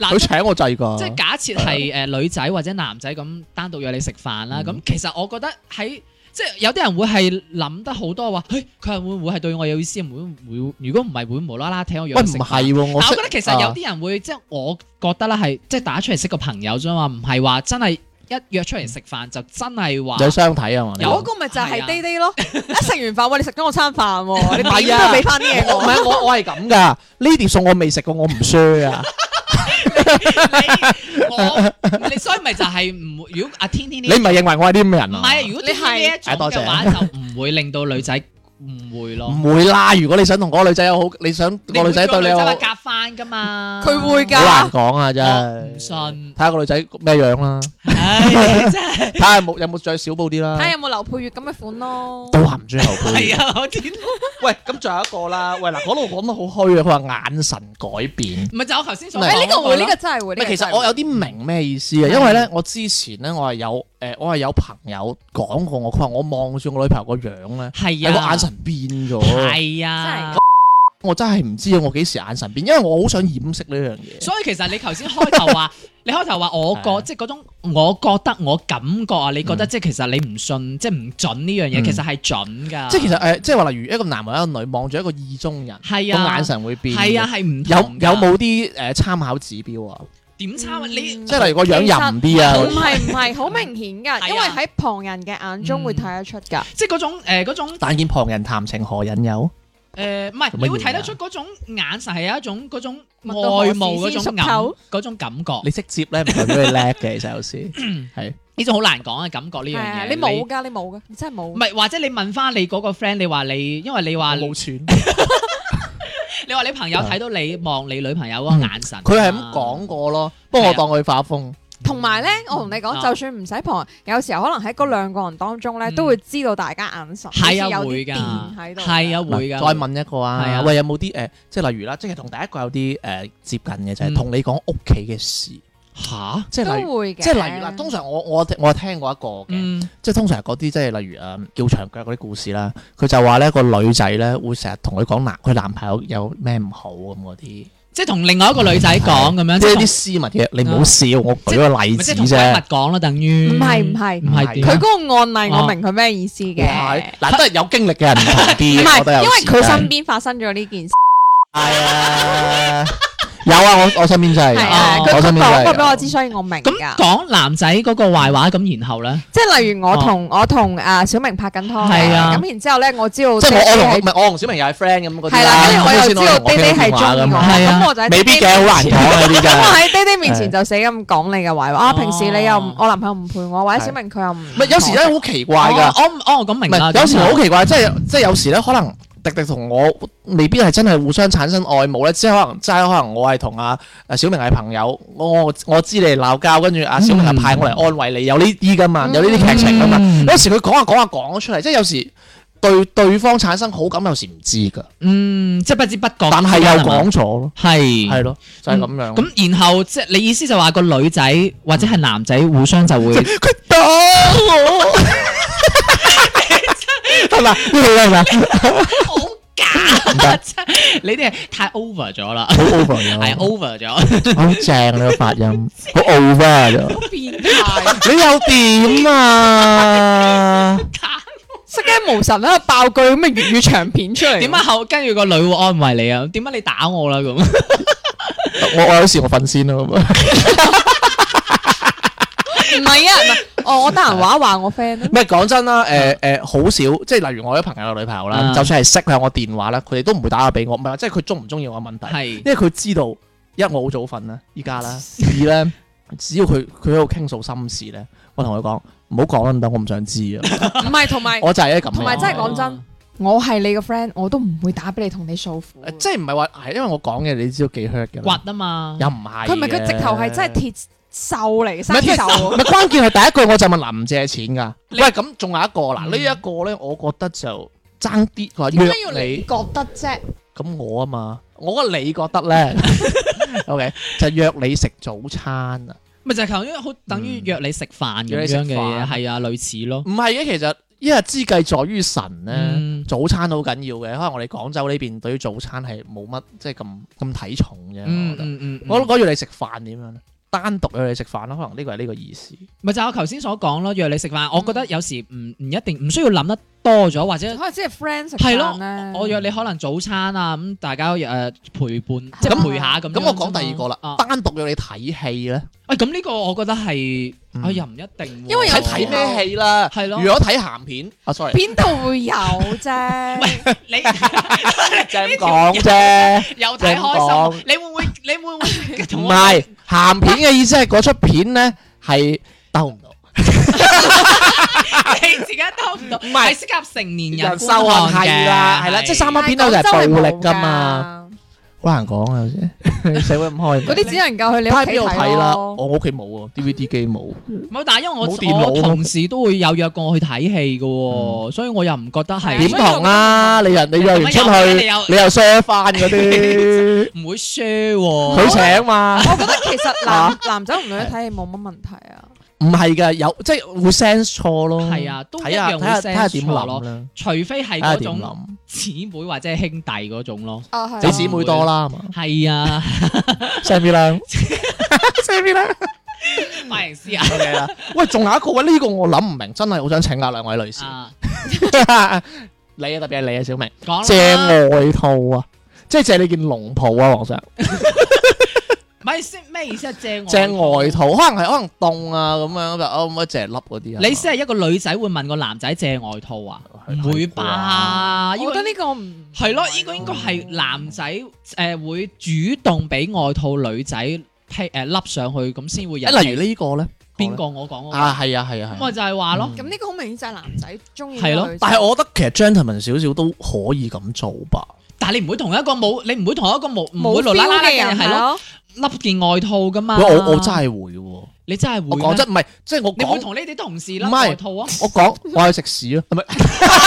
Speaker 2: 嗱
Speaker 1: 佢，請我制㗎。
Speaker 2: 即係假設係呃誒女仔或者男仔咁單獨約你食飯啦，咁、
Speaker 1: 嗯
Speaker 2: 其實我覺得喺即係有啲人會係諗得好多話，嘿佢係會唔會係對我有意思？會唔會如果唔係會無啦啦聽我約
Speaker 1: 喂，唔
Speaker 2: 佢食飯？
Speaker 1: 係喎，我
Speaker 2: 但
Speaker 1: 識
Speaker 2: 我覺得其實有
Speaker 1: 啊
Speaker 2: 啲人會、即係我覺得啦，係即係打出嚟識個朋友啫嘛，唔係話真係一約出嚟食飯就真係話
Speaker 1: 有相睇啊嘛，
Speaker 2: 有
Speaker 3: 嗰個咪就係 day day 咯。一食完飯，喂，你食咗我餐飯喎，
Speaker 1: 係啊
Speaker 3: 你點都俾翻啲嘢
Speaker 1: 我唔
Speaker 3: 我。
Speaker 1: 係我我係咁噶，呢碟餸我未食過，我唔 share 啊。
Speaker 2: 你 我你所以咪就係唔會如果阿天天呢
Speaker 1: 你唔係認為我係啲咁嘅人
Speaker 2: 唔
Speaker 1: 啊？
Speaker 2: 係啊如果天天呢一種
Speaker 1: 哎多謝
Speaker 2: 嘅話就唔會令到女仔誤會咯。
Speaker 1: 唔會啦，如果你想同嗰個女仔有好，你想個女仔對你有
Speaker 2: 會叫
Speaker 1: 好，
Speaker 2: 個女仔話
Speaker 1: 好
Speaker 2: 夾翻噶嘛？
Speaker 3: 佢會㗎
Speaker 1: 難講啊，真
Speaker 2: 我
Speaker 1: 係。
Speaker 2: 哦唔信
Speaker 1: 睇，下個女仔咩樣 啦，
Speaker 2: 唉，你真係
Speaker 1: 睇下有冇有冇着少布啲啦
Speaker 3: 睇。下有冇劉佩玥咁嘅款咯。
Speaker 1: 都含住後背。
Speaker 2: 係啊！我天，
Speaker 1: 喂，咁仲有一個啦，喂嗱，嗰度講得好虛啊，佢話眼神改變。
Speaker 2: 唔係就我頭先所
Speaker 1: 誒
Speaker 3: 誒，呢個會，呢
Speaker 2: 個
Speaker 3: 個真係會。
Speaker 1: 唔
Speaker 3: 呢個
Speaker 1: 其
Speaker 3: 真係
Speaker 1: 實
Speaker 3: 會
Speaker 1: 我有啲明咩意思啊，因為咧，我之前咧，我係有誒、呃我係有朋友講過我，佢話我望住我女朋友個樣咧，
Speaker 2: 係
Speaker 1: 有
Speaker 2: 啊，
Speaker 1: 個眼神變咗，
Speaker 2: 係啊。
Speaker 1: 我真係唔知我幾時眼神變，因為我好想掩飾呢樣嘢。
Speaker 2: 所以其實你頭先開頭話，你開頭話我
Speaker 1: 係啊
Speaker 2: 覺，即係嗰種我覺得我感覺啊，你覺得
Speaker 1: 嗯
Speaker 2: 即係其實你唔信，即係唔準呢樣嘢，
Speaker 1: 嗯
Speaker 2: 其實係準㗎。
Speaker 1: 即係其實誒、即係話例如一個男或一個女望住一個意中人，個
Speaker 2: 係啊，
Speaker 1: 眼神會變。
Speaker 2: 係啊，係唔
Speaker 1: 有
Speaker 2: 同㗎
Speaker 1: 有冇啲誒參考指標啊？
Speaker 2: 點差啊？你
Speaker 1: 即係例如個樣淫啲啊，
Speaker 3: 唔係唔係好明顯
Speaker 2: 係啊
Speaker 3: 㗎，因為喺旁人嘅眼中會睇得出㗎。
Speaker 2: 即係嗰種誒嗰種
Speaker 1: 但見旁人談情何引誘？
Speaker 2: 誒唔係，
Speaker 1: 做乜嘢啊
Speaker 2: 你會睇得出嗰種眼神係有一種嗰種
Speaker 3: 麥當勞
Speaker 2: 愛慕嗰種
Speaker 3: 先熟
Speaker 2: 感
Speaker 3: 透
Speaker 2: 嗰種感覺，
Speaker 1: 你識接咧，唔代表你叻嘅，其實有 時係
Speaker 2: 呢種好難講嘅感覺呢
Speaker 3: 係
Speaker 2: 樣
Speaker 3: 啊，
Speaker 2: 嘢。
Speaker 3: 你冇㗎，你冇㗎，你真係
Speaker 2: 唔
Speaker 3: 冇。
Speaker 2: 係，或者你問翻你嗰個 friend，你話你，因為你話你
Speaker 1: 錢。
Speaker 2: 話你朋友睇到你望你女朋友嗰個眼神，啊
Speaker 1: 啊嗯佢係咁講。過咯，不過我當佢化風。
Speaker 3: 同埋咧，我同你
Speaker 2: 啊
Speaker 3: 講，就算唔使旁人，有時候可能喺嗰兩個人當中咧，
Speaker 2: 嗯
Speaker 3: 都會知道大家眼神
Speaker 2: 係啊，
Speaker 3: 好似有
Speaker 2: 會
Speaker 3: 啲電
Speaker 2: 㗎，
Speaker 3: 喺度。
Speaker 2: 係啊，會㗎。
Speaker 1: 再問一個
Speaker 2: 係啊
Speaker 1: 啊，喂，有冇啲誒，即係例如啦，即係同第一個有啲誒接近嘅，就
Speaker 2: 嗯
Speaker 1: 係同你講屋企嘅事，
Speaker 2: 吓？
Speaker 1: 即係例如，
Speaker 3: 都會嘅。
Speaker 1: 即係例如啦，通常我我我聽過一個嘅，
Speaker 2: 嗯，
Speaker 1: 即係通常係嗰啲即係例如誒叫長腳嗰啲故事啦，佢就話咧個女仔咧會成日同佢講男佢男朋友有咩唔好咁嗰啲，
Speaker 2: 即係同另外一個女仔講咁樣，即
Speaker 1: 即係
Speaker 2: 係
Speaker 1: 啲
Speaker 2: 同
Speaker 1: 私密嘅，你唔好笑，我舉個例
Speaker 2: 咪即
Speaker 1: 子
Speaker 2: 係同閨蜜
Speaker 1: 啫。
Speaker 2: 講啦，等於
Speaker 1: 嗯
Speaker 3: 唔係唔係
Speaker 2: 唔係點
Speaker 3: 佢
Speaker 2: 啊？
Speaker 3: 嗰個案例，
Speaker 1: 哦
Speaker 3: 我明佢咩意思嘅。
Speaker 1: 係嗱，都係有經歷嘅人唔同
Speaker 3: 唔
Speaker 1: 啲，我覺
Speaker 3: 係，
Speaker 1: 得有
Speaker 3: 因為
Speaker 1: 時
Speaker 3: 佢
Speaker 1: 真係
Speaker 3: 身邊發生咗呢件事，
Speaker 1: 係啊，有啊，我我身邊真係
Speaker 3: 係
Speaker 1: 有，
Speaker 3: 啊，佢
Speaker 1: 我身
Speaker 3: 佢
Speaker 1: 邊真
Speaker 3: 講
Speaker 1: 係
Speaker 3: 過
Speaker 1: 有
Speaker 3: 俾我知，所以我明
Speaker 2: 咁
Speaker 3: 㗎。
Speaker 2: 講男仔嗰個壞話，咁然後咧，
Speaker 3: 即係例如我同
Speaker 1: 哦
Speaker 3: 我同啊小明拍緊拖嘅，
Speaker 2: 係啊
Speaker 3: 咁然之後咧，我知道
Speaker 1: 即係我我
Speaker 3: 爹
Speaker 1: 同唔係我同小明又係 friend 咁嗰
Speaker 3: 係
Speaker 1: 啲
Speaker 3: 啦，跟住我又
Speaker 1: 咁
Speaker 3: 知
Speaker 1: 先
Speaker 3: 道爹爹係中意我，
Speaker 1: 咁
Speaker 2: 係啊
Speaker 3: 咁我就喺
Speaker 1: 未必嘅，好難講
Speaker 3: 咁
Speaker 1: 啊呢 啲真
Speaker 3: 我
Speaker 1: 係。哦
Speaker 3: 喺爹爹面前就死咁講你嘅壞話。啊，平時你又唔我男朋友唔陪我，或者小明佢又唔
Speaker 1: 唔係有時真係好奇怪
Speaker 2: 哦
Speaker 1: 㗎，
Speaker 2: 我唔哦咁
Speaker 1: 唔
Speaker 2: 明啦。
Speaker 1: 係有時好奇怪，即係即係有時咧，可能迪迪同我未必係真係互相產生愛慕咧，即係可能齋可能我係同阿阿小明係朋友，我我我知你哋鬧交，跟住阿小明又派我嚟安慰你，有呢啲㗎嘛，有呢啲劇情㗎嘛。
Speaker 2: 嗯
Speaker 1: 有時佢講下講下講咗出嚟，即係有時對對方產生好感，有時唔知㗎。
Speaker 2: 嗯，即係不知不覺，
Speaker 1: 但係又講咗咯，
Speaker 2: 係
Speaker 1: 係咯，就係咁樣。
Speaker 2: 嗯咁然後即係你意思就話個女仔或者係男仔互相就會
Speaker 1: 佢打我， 係嘛？係嘛？
Speaker 2: 好假，啊真係你哋係太 over 咗啦，
Speaker 1: 好 over
Speaker 2: 係
Speaker 1: 啊！
Speaker 2: over 咗，
Speaker 1: 好正你個發音，好 over 咗。
Speaker 2: 變
Speaker 3: 哦
Speaker 2: 態
Speaker 1: 你又點 啊？
Speaker 3: 失驚無神喺度爆句咁嘅粵語長片出嚟。
Speaker 2: 點解？後跟住個女會安慰你啊？點解你打我啦咁？
Speaker 1: 我我有時我瞓先咯，咁啊
Speaker 3: 唔係啊，唔係哦，我得閒話一話我 friend 啊咯
Speaker 1: 唔係講真啦，誒誒，好少，即係例如我有啲朋友嘅女朋友啦
Speaker 2: 嗯，
Speaker 1: 就算係識啦，我電話啦，佢哋都唔會打下俾我，唔係即係佢中唔中意我嘅問題。
Speaker 2: 係
Speaker 1: 因為佢知道一我好早瞓啦，依家啦，二咧 只要佢佢喺度傾訴心事咧，我同佢講唔好講啦，唔得，我唔想知 啊，
Speaker 3: 唔係同埋
Speaker 1: 我就係咁樣。
Speaker 3: 同埋真係講
Speaker 2: 哦
Speaker 3: 真，我係你個 friend，我都唔會打俾你同你訴苦。
Speaker 1: 即係唔係話係因為我講嘅你知道幾 hurt 嘅啦，
Speaker 2: 掘啊嘛，
Speaker 1: 又唔係嘅
Speaker 3: 佢唔係佢直頭係真係鐵鏽嚟，
Speaker 1: 唔係
Speaker 3: 生鏽。
Speaker 1: 咪關鍵係第一句我就問林借錢㗎，
Speaker 2: 你
Speaker 1: 喂咁仲有一個嗱
Speaker 2: 嗯
Speaker 1: 呢一個咧，我覺得就爭啲佢話
Speaker 3: 點解要
Speaker 1: 約
Speaker 3: 你
Speaker 1: 你
Speaker 3: 覺得啫？
Speaker 1: 咁我啊嘛，我覺得你覺得咧 ，OK 就約你食早餐啊。
Speaker 2: 咪就係頭先好等於嗯約你食飯
Speaker 1: 約
Speaker 2: 咁
Speaker 1: 你食
Speaker 2: 樣
Speaker 1: 飯
Speaker 2: 嘅嘢，係啊，類似咯。
Speaker 1: 唔係嘅，其實一日之計在於晨咧，
Speaker 2: 嗯
Speaker 1: 早餐都好緊要嘅。可能我哋廣州呢邊對於早餐係冇乜即係咁咁睇重嘅。
Speaker 2: 嗯
Speaker 1: 我覺得
Speaker 2: 嗯嗯，嗯
Speaker 1: 我我要你食飯點樣咧？單獨約你食飯啦，可能呢個係呢個意思。
Speaker 2: 咪就係我頭先所講咯，約你食飯，我覺得有時唔唔一定唔需要諗得多咗，或者
Speaker 3: 可能只係 friend 食
Speaker 2: 係
Speaker 3: 飯
Speaker 2: 咯
Speaker 3: 咧。
Speaker 2: 我約你可能早餐啊，咁大家誒、呃陪伴即係
Speaker 3: 咁
Speaker 2: 陪下咁樣啫
Speaker 1: 咁
Speaker 2: 嘛。
Speaker 1: 我講第二個啦，
Speaker 2: 啊
Speaker 1: 單獨約你睇戲咧，
Speaker 2: 喂，咁呢個我覺得係，
Speaker 1: 嗯
Speaker 2: 哎呀唔一定喎，
Speaker 3: 因為有
Speaker 1: 睇
Speaker 3: 時
Speaker 1: 睇咩戲啦？
Speaker 2: 係咯
Speaker 1: 如果睇鹹片，啊 sorry，
Speaker 3: 邊度會有啫？
Speaker 2: 你
Speaker 1: 就係咁講啫。
Speaker 2: 又睇開心，你會唔會你會唔會 同
Speaker 1: 唔
Speaker 2: 我
Speaker 1: 係鹹片嘅意思係嗰出片咧係 兜唔到。
Speaker 2: 你自己兜唔到，唔係適合成年人
Speaker 1: 收
Speaker 2: 觀看
Speaker 1: 係
Speaker 2: 嘅
Speaker 1: 啦，係啦，即係三
Speaker 3: 但
Speaker 1: 蚊
Speaker 3: 係
Speaker 1: 片啊度就
Speaker 3: 廣
Speaker 1: 係
Speaker 3: 州
Speaker 1: 暴
Speaker 3: 係
Speaker 1: 力
Speaker 3: 冇
Speaker 1: 㗎嘛。好難講啊，有時社會咁開明，
Speaker 3: 嗰啲只能夠去你屋
Speaker 1: 睇下
Speaker 3: 企
Speaker 1: 邊度睇啦。
Speaker 3: 咯。
Speaker 1: 我屋企冇啊，DVD 機冇。
Speaker 2: 唔係，但係因
Speaker 1: 冇電腦
Speaker 2: 為我
Speaker 1: 咯
Speaker 2: 我同事都會有約過我去睇戲嘅喎，所以我又唔覺得係
Speaker 1: 點同啊？你人你約完出
Speaker 2: 咁又你又，
Speaker 1: 去，你又 share 翻嗰啲
Speaker 2: 唔會 share 喎。
Speaker 1: 佢請嘛？
Speaker 3: 我覺得其實
Speaker 1: 啊
Speaker 3: 男男仔同女仔睇戲冇乜問題啊。
Speaker 1: 唔係㗎，有即係會 sense 錯咯。
Speaker 2: 係啊都
Speaker 1: 睇下
Speaker 2: 一樣
Speaker 1: 睇
Speaker 2: 會
Speaker 1: 下睇下
Speaker 2: sense
Speaker 1: 點
Speaker 2: 錯
Speaker 1: 諗
Speaker 2: 咯
Speaker 1: 啦，
Speaker 2: 除非係
Speaker 1: 睇下
Speaker 2: 嗰
Speaker 1: 點
Speaker 2: 種
Speaker 1: 諗。
Speaker 2: 姊妹或者係兄弟嗰種咯，
Speaker 3: 啊
Speaker 1: 你
Speaker 3: 係啊。
Speaker 1: 姊妹多啦係嘛
Speaker 2: 係啊，
Speaker 1: ，Sammy 啦，Sammy 啦
Speaker 2: 髮型師啊。
Speaker 1: ，OK 啦。 喂，仲有一個喂，呢個我諗唔明，真係好想請教兩位女士。
Speaker 2: 啊，
Speaker 1: 你啊，特別係你啊，小明。
Speaker 2: 講啦
Speaker 1: 借外套啊，即係借你件龍袍啊，皇上。
Speaker 2: 唔係先咩意思啊？借我
Speaker 1: 隻外套可能係可能凍啊咁樣，就哦咁一隻粒嗰啲啊。
Speaker 2: 你先係一個女仔會問個男仔借外套啊？
Speaker 1: 係
Speaker 2: 唔會吧？
Speaker 1: 啊
Speaker 3: 我
Speaker 2: 應
Speaker 3: 覺得
Speaker 2: 該
Speaker 3: 呢個唔
Speaker 2: 係咯，呢個應該係男仔誒會主動俾外套女仔披誒笠上去，咁先會引
Speaker 1: 誒，例如
Speaker 2: 起
Speaker 1: 呢個咧，
Speaker 2: 邊個我講嗰個
Speaker 1: 啊？係啊係
Speaker 2: 咁
Speaker 1: 啊係啊。
Speaker 2: 咪就係話咯
Speaker 1: 嗯。
Speaker 3: 咁呢個好明顯就係男仔中意
Speaker 2: 係咯
Speaker 3: 呢個女仔
Speaker 1: 但係我覺得其實 gentleman 少少都可以咁做吧。
Speaker 2: 但係你唔會同一個冇，你唔會同一個冇唔
Speaker 3: 冇
Speaker 2: 會無啦啦
Speaker 3: feel
Speaker 2: 嘅
Speaker 3: 嘅人
Speaker 2: 人係
Speaker 3: 係
Speaker 2: 咯，
Speaker 3: 咯，
Speaker 2: 笠件外套噶嘛。
Speaker 1: 喂，我我真係會嘅喎。
Speaker 2: 你真係會
Speaker 1: 我
Speaker 2: 咩
Speaker 1: 講真，唔係即係我
Speaker 2: 你會
Speaker 1: 講，
Speaker 2: 同呢啲同事笠
Speaker 1: 唔係
Speaker 2: 外套啊？
Speaker 1: 我講我去食屎啊，唔係
Speaker 3: 咪就係
Speaker 1: 唔係唔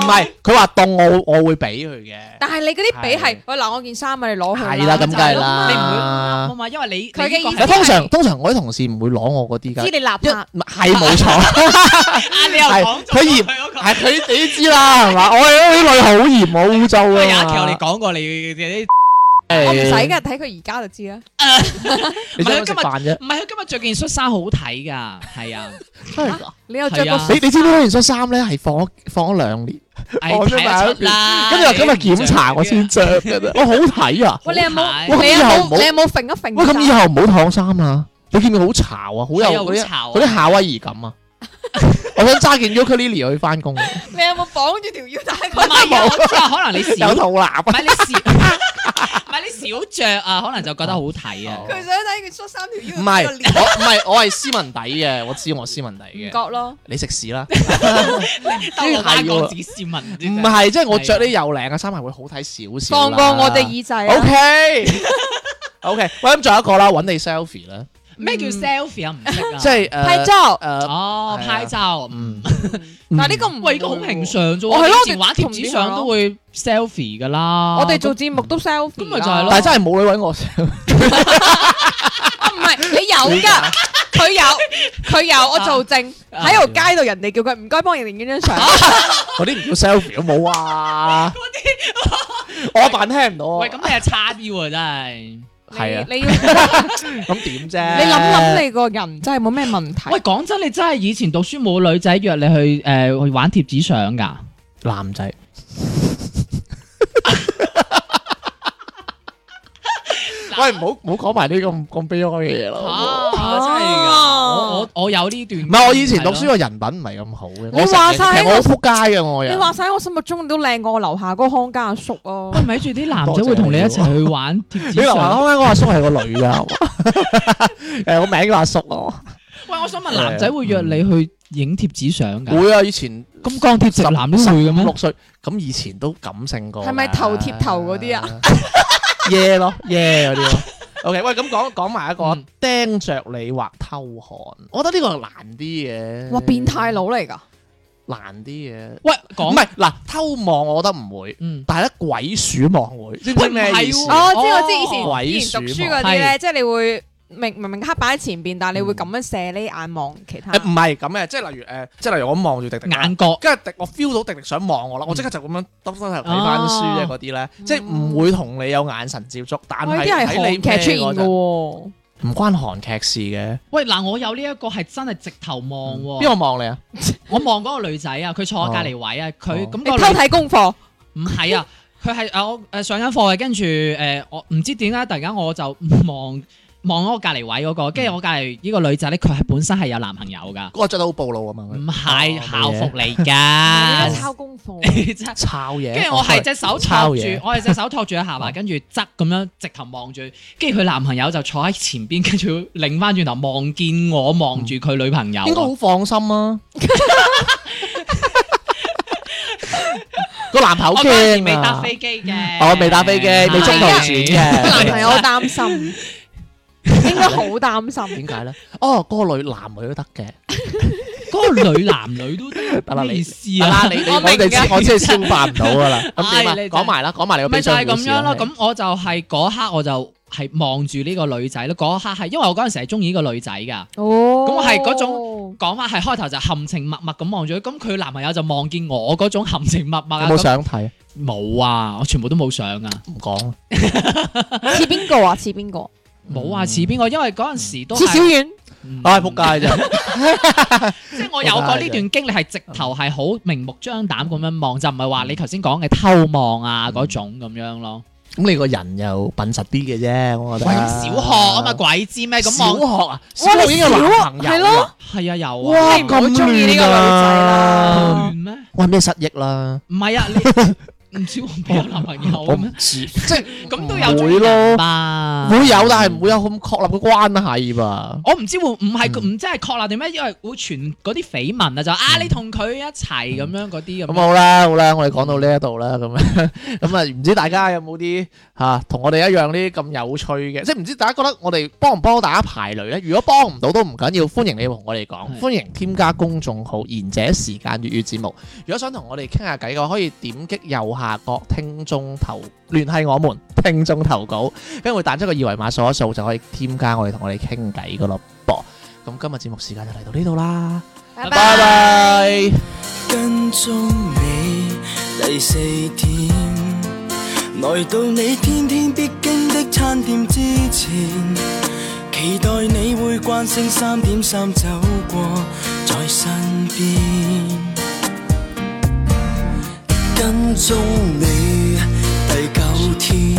Speaker 3: 咯。
Speaker 1: 係，佢話凍我我會俾佢嘅。
Speaker 3: 但係你嗰啲比係
Speaker 1: 係，
Speaker 3: 喂嗱，我件衫啊，你攞去
Speaker 1: 係啦，咁梗係
Speaker 2: 你唔會
Speaker 1: 啦
Speaker 2: 啊。嘛，因為你
Speaker 3: 佢嘅
Speaker 2: 你呢個
Speaker 3: 意
Speaker 2: 係
Speaker 3: 思
Speaker 1: 通常通常我啲同事唔會攞我嗰啲㗎
Speaker 3: 知，你邋
Speaker 1: 一
Speaker 3: 遢，
Speaker 1: 唔係 冇錯，
Speaker 2: 啊，你又講
Speaker 1: 佢嫌
Speaker 2: 嗰個
Speaker 1: 係啊佢你知啦，係嘛？我哋啲女好嫌我污糟
Speaker 2: 因
Speaker 1: 啊
Speaker 2: 為有一期我哋
Speaker 1: 嘛。
Speaker 2: 講過你嘅啲，
Speaker 3: 我唔使
Speaker 1: 誒
Speaker 3: 㗎，睇佢而家就知啦。
Speaker 1: 你
Speaker 2: 唔係佢
Speaker 1: 想唔
Speaker 2: 今
Speaker 1: 食
Speaker 2: 日啊
Speaker 1: 飯啫？
Speaker 2: 唔係佢今日着件恤衫好睇㗎，係 啊，
Speaker 1: 真係㗎
Speaker 3: 你又着
Speaker 2: 係啊
Speaker 1: 你
Speaker 3: 個
Speaker 1: 你知唔知嗰件恤衫咧係放咗放咗兩年，
Speaker 2: 唉
Speaker 1: 我
Speaker 2: 睇得出啦。
Speaker 1: 跟住我今日檢查我先着 嘅啫。我好睇啊！
Speaker 3: 喂，你有
Speaker 2: 好
Speaker 3: 冇？
Speaker 2: 睇
Speaker 3: 你有
Speaker 1: 咁以後唔好
Speaker 3: 冇？你有冇揈一揈？
Speaker 1: 喂，咁以後唔好燙衫啦！你見唔見好潮啊？好有
Speaker 2: 係啊好
Speaker 1: 嗰啲
Speaker 2: 潮啊
Speaker 1: 嗰啲夏威夷感啊！ 我想揸件 ukulele 去 翻工，
Speaker 3: 你有冇綁住條腰帶？
Speaker 2: 唔係 啊，我知啊，可能你少，
Speaker 1: 有
Speaker 2: 唔
Speaker 1: 肚腩啊！
Speaker 2: 係你少， 唔係你少着啊，可能就覺得好睇啊。
Speaker 1: 哦
Speaker 3: 佢想睇佢恤衫條腰
Speaker 1: 唔係我唔係我係斯文底嘅，我知我斯文底
Speaker 3: 唔
Speaker 1: 嘅。
Speaker 3: 覺咯，
Speaker 1: 你食屎啦！
Speaker 2: 兜個彎講自己斯文，唔知
Speaker 1: 唔
Speaker 2: 真係
Speaker 1: 係，即係我着啲又靚嘅衫係會好睇少少啦。
Speaker 3: 放過 我哋耳仔
Speaker 1: O
Speaker 3: 啊！
Speaker 1: K O K，喂咁仲有一個啦，揾你 selfie 啦，
Speaker 2: 咩
Speaker 3: 嗯
Speaker 2: 叫 selfie 啊？唔識啊，
Speaker 1: 即係誒
Speaker 3: 拍照，
Speaker 1: 誒，
Speaker 2: 哦
Speaker 1: 係啊
Speaker 2: 拍照。
Speaker 1: 嗯，
Speaker 3: 但係呢個唔
Speaker 2: 喂，呢個好平常啫喎，
Speaker 3: 哦係咯
Speaker 2: 以前玩貼紙相都會 selfie 噶啦。
Speaker 3: 我哋做節目都 selfie，
Speaker 2: 咁咪就係咯
Speaker 1: 但係真係冇女揾我 selfie，
Speaker 3: 啊唔係你有㗎，佢有佢有，我做證
Speaker 2: 啊
Speaker 3: 喺條街度，人哋叫佢唔該幫人哋影張相，
Speaker 1: 嗰啲唔叫 selfie 都 冇啊，我扮聽唔
Speaker 3: 哦
Speaker 1: 到
Speaker 2: 喂，
Speaker 1: 啊
Speaker 2: 咁，你係差啲喎，真係。
Speaker 1: 係啊，
Speaker 3: 你你要
Speaker 1: 咁點啫？
Speaker 3: 你諗諗，你個人真係冇咩問題
Speaker 2: 喂，。講真，你真係以前讀書冇女仔約你去誒、呃去玩貼紙相㗎？
Speaker 1: 你男仔 喂，唔好唔好講埋呢啲咁咁悲哀嘅嘢
Speaker 3: 哦
Speaker 1: 啦。
Speaker 2: 啊真係㗎！我我我有呢段。啊
Speaker 1: 唔係我以前讀書個人品唔係咁好嘅，我
Speaker 3: 你話
Speaker 1: 成日
Speaker 3: 晒
Speaker 1: 其實我好撲街嘅我
Speaker 3: 你
Speaker 1: 人。
Speaker 3: 話晒我心目中都靚過我樓下嗰個康家阿叔
Speaker 2: 喂，
Speaker 3: 啊！
Speaker 2: 咪住啲男仔會同你一齊去玩貼
Speaker 1: 你
Speaker 2: 紙相。
Speaker 1: 話啱啱我阿叔係個女噶， 誒我名叫阿叔啊咯。
Speaker 2: 喂，我想問男仔會約你去影貼紙相㗎？
Speaker 1: 會啊，以前
Speaker 2: 咁鋼鐵直男都會嘅咩
Speaker 1: 六？歲咁以前都感性過。
Speaker 3: 係咪頭貼頭嗰啲
Speaker 1: 啊？耶咯耶嗰啲 咯。OK，喂，咁講講埋一個啊
Speaker 2: 嗯
Speaker 1: 釘着你或偷看，我覺得呢個難啲嘅。
Speaker 3: 哇，變態佬嚟㗎！
Speaker 1: 哦難啲嘅，
Speaker 2: 喂，
Speaker 1: 唔
Speaker 2: 講
Speaker 1: 係嗱偷望，我覺得唔會，
Speaker 2: 嗯，
Speaker 1: 但係咧鬼鼠望會，知唔知咩意思？
Speaker 2: 喂唔係喎
Speaker 3: 哦，我知我知，以
Speaker 2: 哦
Speaker 3: 前
Speaker 1: 鬼
Speaker 3: 以前讀
Speaker 1: 鼠
Speaker 3: 書
Speaker 1: 望
Speaker 3: 嗰啲咧，
Speaker 2: 係
Speaker 3: 即係你會明明明黑板喺前邊，但係你會
Speaker 1: 嗯
Speaker 3: 咁樣射呢眼望其他。
Speaker 1: 誒唔係咁嘅，即係例如誒，即係例如我望住迪迪啦啊
Speaker 2: 眼角
Speaker 1: 跟住迪我 feel 到迪迪想望我啦，我即刻就咁樣耷低頭睇翻書啫，
Speaker 2: 哦
Speaker 1: 嗰啲咧，即係唔會同你有眼神接觸，但
Speaker 3: 哇呢
Speaker 1: 係
Speaker 3: 啲係
Speaker 1: 喺
Speaker 3: 韓
Speaker 1: 你
Speaker 3: 劇出現
Speaker 1: 咩嗰
Speaker 3: 嘅
Speaker 1: 陣
Speaker 3: 喎，
Speaker 1: 唔關韓劇事嘅。
Speaker 2: 喂，嗱，我有呢一個係真係直頭望
Speaker 1: 邊
Speaker 2: 喎，
Speaker 1: 個望你啊？
Speaker 2: 我望嗰個女仔啊，佢坐我隔離位啊，佢
Speaker 1: 哦
Speaker 2: 咁
Speaker 3: 你
Speaker 2: 個
Speaker 3: 偷
Speaker 2: 女
Speaker 3: 睇功課，
Speaker 2: 唔係啊，佢係啊我誒上緊課嘅，跟住誒我唔知點解突然間我就 望望我隔離位嗰個，
Speaker 1: 嗯
Speaker 2: 跟住我隔離呢個女仔咧，佢係本身係有男朋友噶，
Speaker 1: 嗰個着得好暴露啊嘛，
Speaker 2: 唔
Speaker 1: 佢
Speaker 2: 係
Speaker 1: 哦
Speaker 2: 校服嚟
Speaker 3: 你
Speaker 2: 噶
Speaker 3: 都，抄功課。
Speaker 2: 真
Speaker 1: 抄嘢。
Speaker 2: 跟住我係隻手
Speaker 1: 抄
Speaker 2: 托住
Speaker 1: 嘢，哦
Speaker 2: 我係隻手托住個下巴，跟住側咁樣直頭望住，跟住佢男朋友就坐喺前邊，跟住擰翻轉頭望見我望住佢女朋友啊。
Speaker 1: 應該好放 心啊。個男朋友
Speaker 2: 我
Speaker 1: 好
Speaker 2: 嗰陣時
Speaker 1: 驚
Speaker 2: 未搭
Speaker 1: 啊！
Speaker 2: 飛機嘅，啊
Speaker 1: 哦未搭飛機未
Speaker 3: 中途
Speaker 1: 轉嘅
Speaker 3: 男朋友好擔心，應該好擔心。
Speaker 1: 點解咧？哦，嗰個女男女都得嘅，
Speaker 2: 嗰個女男女都得
Speaker 1: 得啦
Speaker 2: 咩
Speaker 1: 你
Speaker 2: 意思
Speaker 1: 得啦
Speaker 2: 啊？
Speaker 1: 你你
Speaker 2: 我
Speaker 1: 我
Speaker 2: 明㗎
Speaker 1: 哋知我真係消化唔到 噶啦。咁點
Speaker 2: 唉
Speaker 1: 啊
Speaker 2: 你真係
Speaker 1: 講埋啦，講埋你個
Speaker 2: 咪
Speaker 1: 悲
Speaker 2: 就
Speaker 1: 傷
Speaker 2: 係
Speaker 1: 故
Speaker 2: 咁
Speaker 1: 事啦啊
Speaker 2: 樣咯，
Speaker 1: 係
Speaker 2: 咁我就係嗰一刻我就係望住呢個女仔咯，嗰一刻係因為我嗰陣時係中意呢個女仔噶，
Speaker 3: 哦，
Speaker 2: 咁我係嗰種講法係開頭就含情脈脈咁望住佢，咁佢男朋友就望見我嗰種含情脈脈啊，
Speaker 1: 有冇
Speaker 2: 咁
Speaker 1: 想睇？
Speaker 2: 冇啊，我全部都冇相啊，
Speaker 1: 唔講啦。
Speaker 3: 似邊個啊？似邊個？
Speaker 1: 嗯
Speaker 2: 冇啊，似邊個？因為嗰陣時都
Speaker 3: 似小
Speaker 2: 係，
Speaker 3: 遠。
Speaker 2: 嗯
Speaker 1: 唉，仆街啫！
Speaker 2: 即係我有過呢段經歷係直頭係好明目張膽咁樣望，就唔係話你頭先講嘅偷望啊嗰種咁樣咯。
Speaker 1: 咁你個人又笨實啲嘅啫，我覺
Speaker 2: 喂
Speaker 1: 得。
Speaker 2: 咁小學啊嘛，鬼知咩？咁
Speaker 1: 小
Speaker 2: 我
Speaker 1: 學啊，小學已經有男朋友
Speaker 3: 係
Speaker 1: 啦
Speaker 3: 咯。
Speaker 2: 係啊有啊，
Speaker 1: 哇，
Speaker 3: 你唔好
Speaker 1: 咁
Speaker 3: 鍾意呢個女仔
Speaker 1: 啦
Speaker 3: 啦
Speaker 2: 亂咩？
Speaker 1: 喂，咩失憶啦？
Speaker 2: 唔係啊， 你唔知我冇有男朋友嘅
Speaker 1: 我唔
Speaker 2: 咩？
Speaker 1: 知，啊即 係
Speaker 2: 咁都有
Speaker 1: 會
Speaker 2: 追
Speaker 1: 咯
Speaker 2: 人吧？
Speaker 1: 會有，但係唔會有咁確立嘅關係吧？
Speaker 2: 我唔知會唔係
Speaker 1: 嗯
Speaker 2: 唔真係確立定咩，因為會傳嗰啲緋聞啊，就啊你同佢一齊咁樣嗰啲咁
Speaker 1: 咁
Speaker 2: 樣。
Speaker 1: 好啦，好啦，我哋講到呢一度啦，咁樣 咁啊，唔知大家有冇啲吓同我哋一樣呢啲咁有趣嘅，即係唔知大家覺得我哋幫唔幫大家排雷咧？如果幫唔到都唔緊要，歡迎你同我哋講，
Speaker 2: 係
Speaker 1: 歡迎添加公眾號賢者時間粵語節目。如果想同我哋傾下偈嘅話，可以點擊右下角聽眾投聯繫我們聽眾投稿，跟住會彈出個二維碼掃一掃就可以添加我哋同我哋傾偈噶咯噃。咁今日節目時間就嚟到呢度啦，
Speaker 3: 拜
Speaker 1: 拜拜。
Speaker 5: 跟蹤你第四天，來到你天天必經的餐店之前，期待你會慣性三點三走過在身邊。跟蹤你第九天，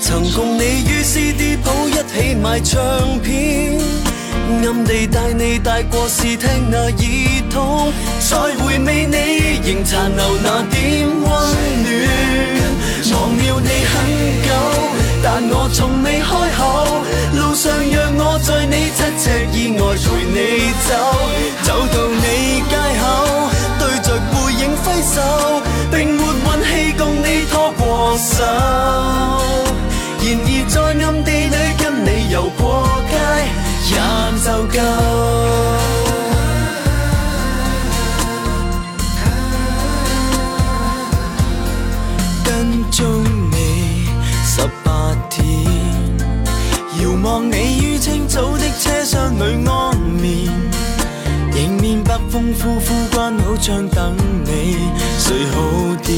Speaker 5: 曾共你於 CD 鋪一起買唱片。暗地帶你帶過試聽那耳筒，再回味你仍殘留那點溫暖。忘了你很久，但我從未開口。路上讓我在你七尺以外陪你走，走到你街口，對着背影揮手，並沒運氣共你拖過手。然而在暗地裏跟你遊過街，也就夠。跟蹤你十八天，遙望你於清早的車廂裏安眠。迎面北風呼呼關好窗等你，睡好點。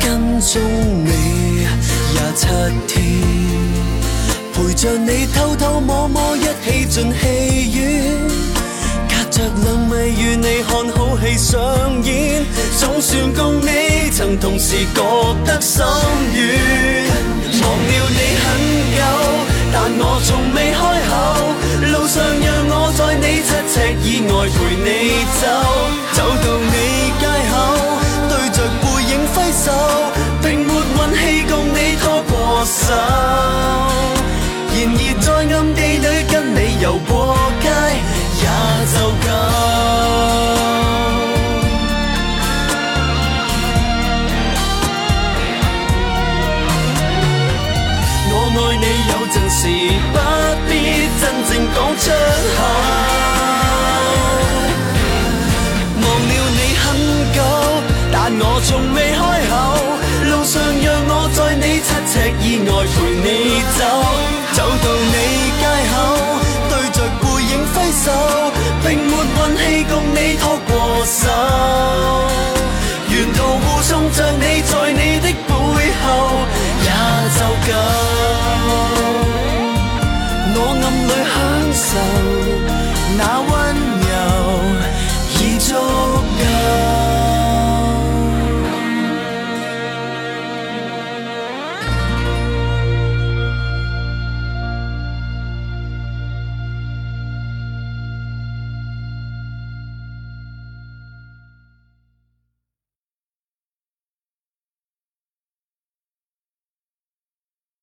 Speaker 5: 跟蹤你廿七天，陪着你偷偷摸摸一起進戲院，隔着兩米與你看好戲上演，總算共你曾同時覺得心軟。忘了你很久，但我從未開口，路上讓我在你七尺以外陪你走，走到你街口。對着背影揮手，並沒運氣共你拖過手。然而在暗地裏跟你遊過街，也就夠。我愛你有陣時不必真正講出口。忘了你很久，但我從未開口。路上讓我在你七尺以外陪你走，走到你街口，對着背影揮手，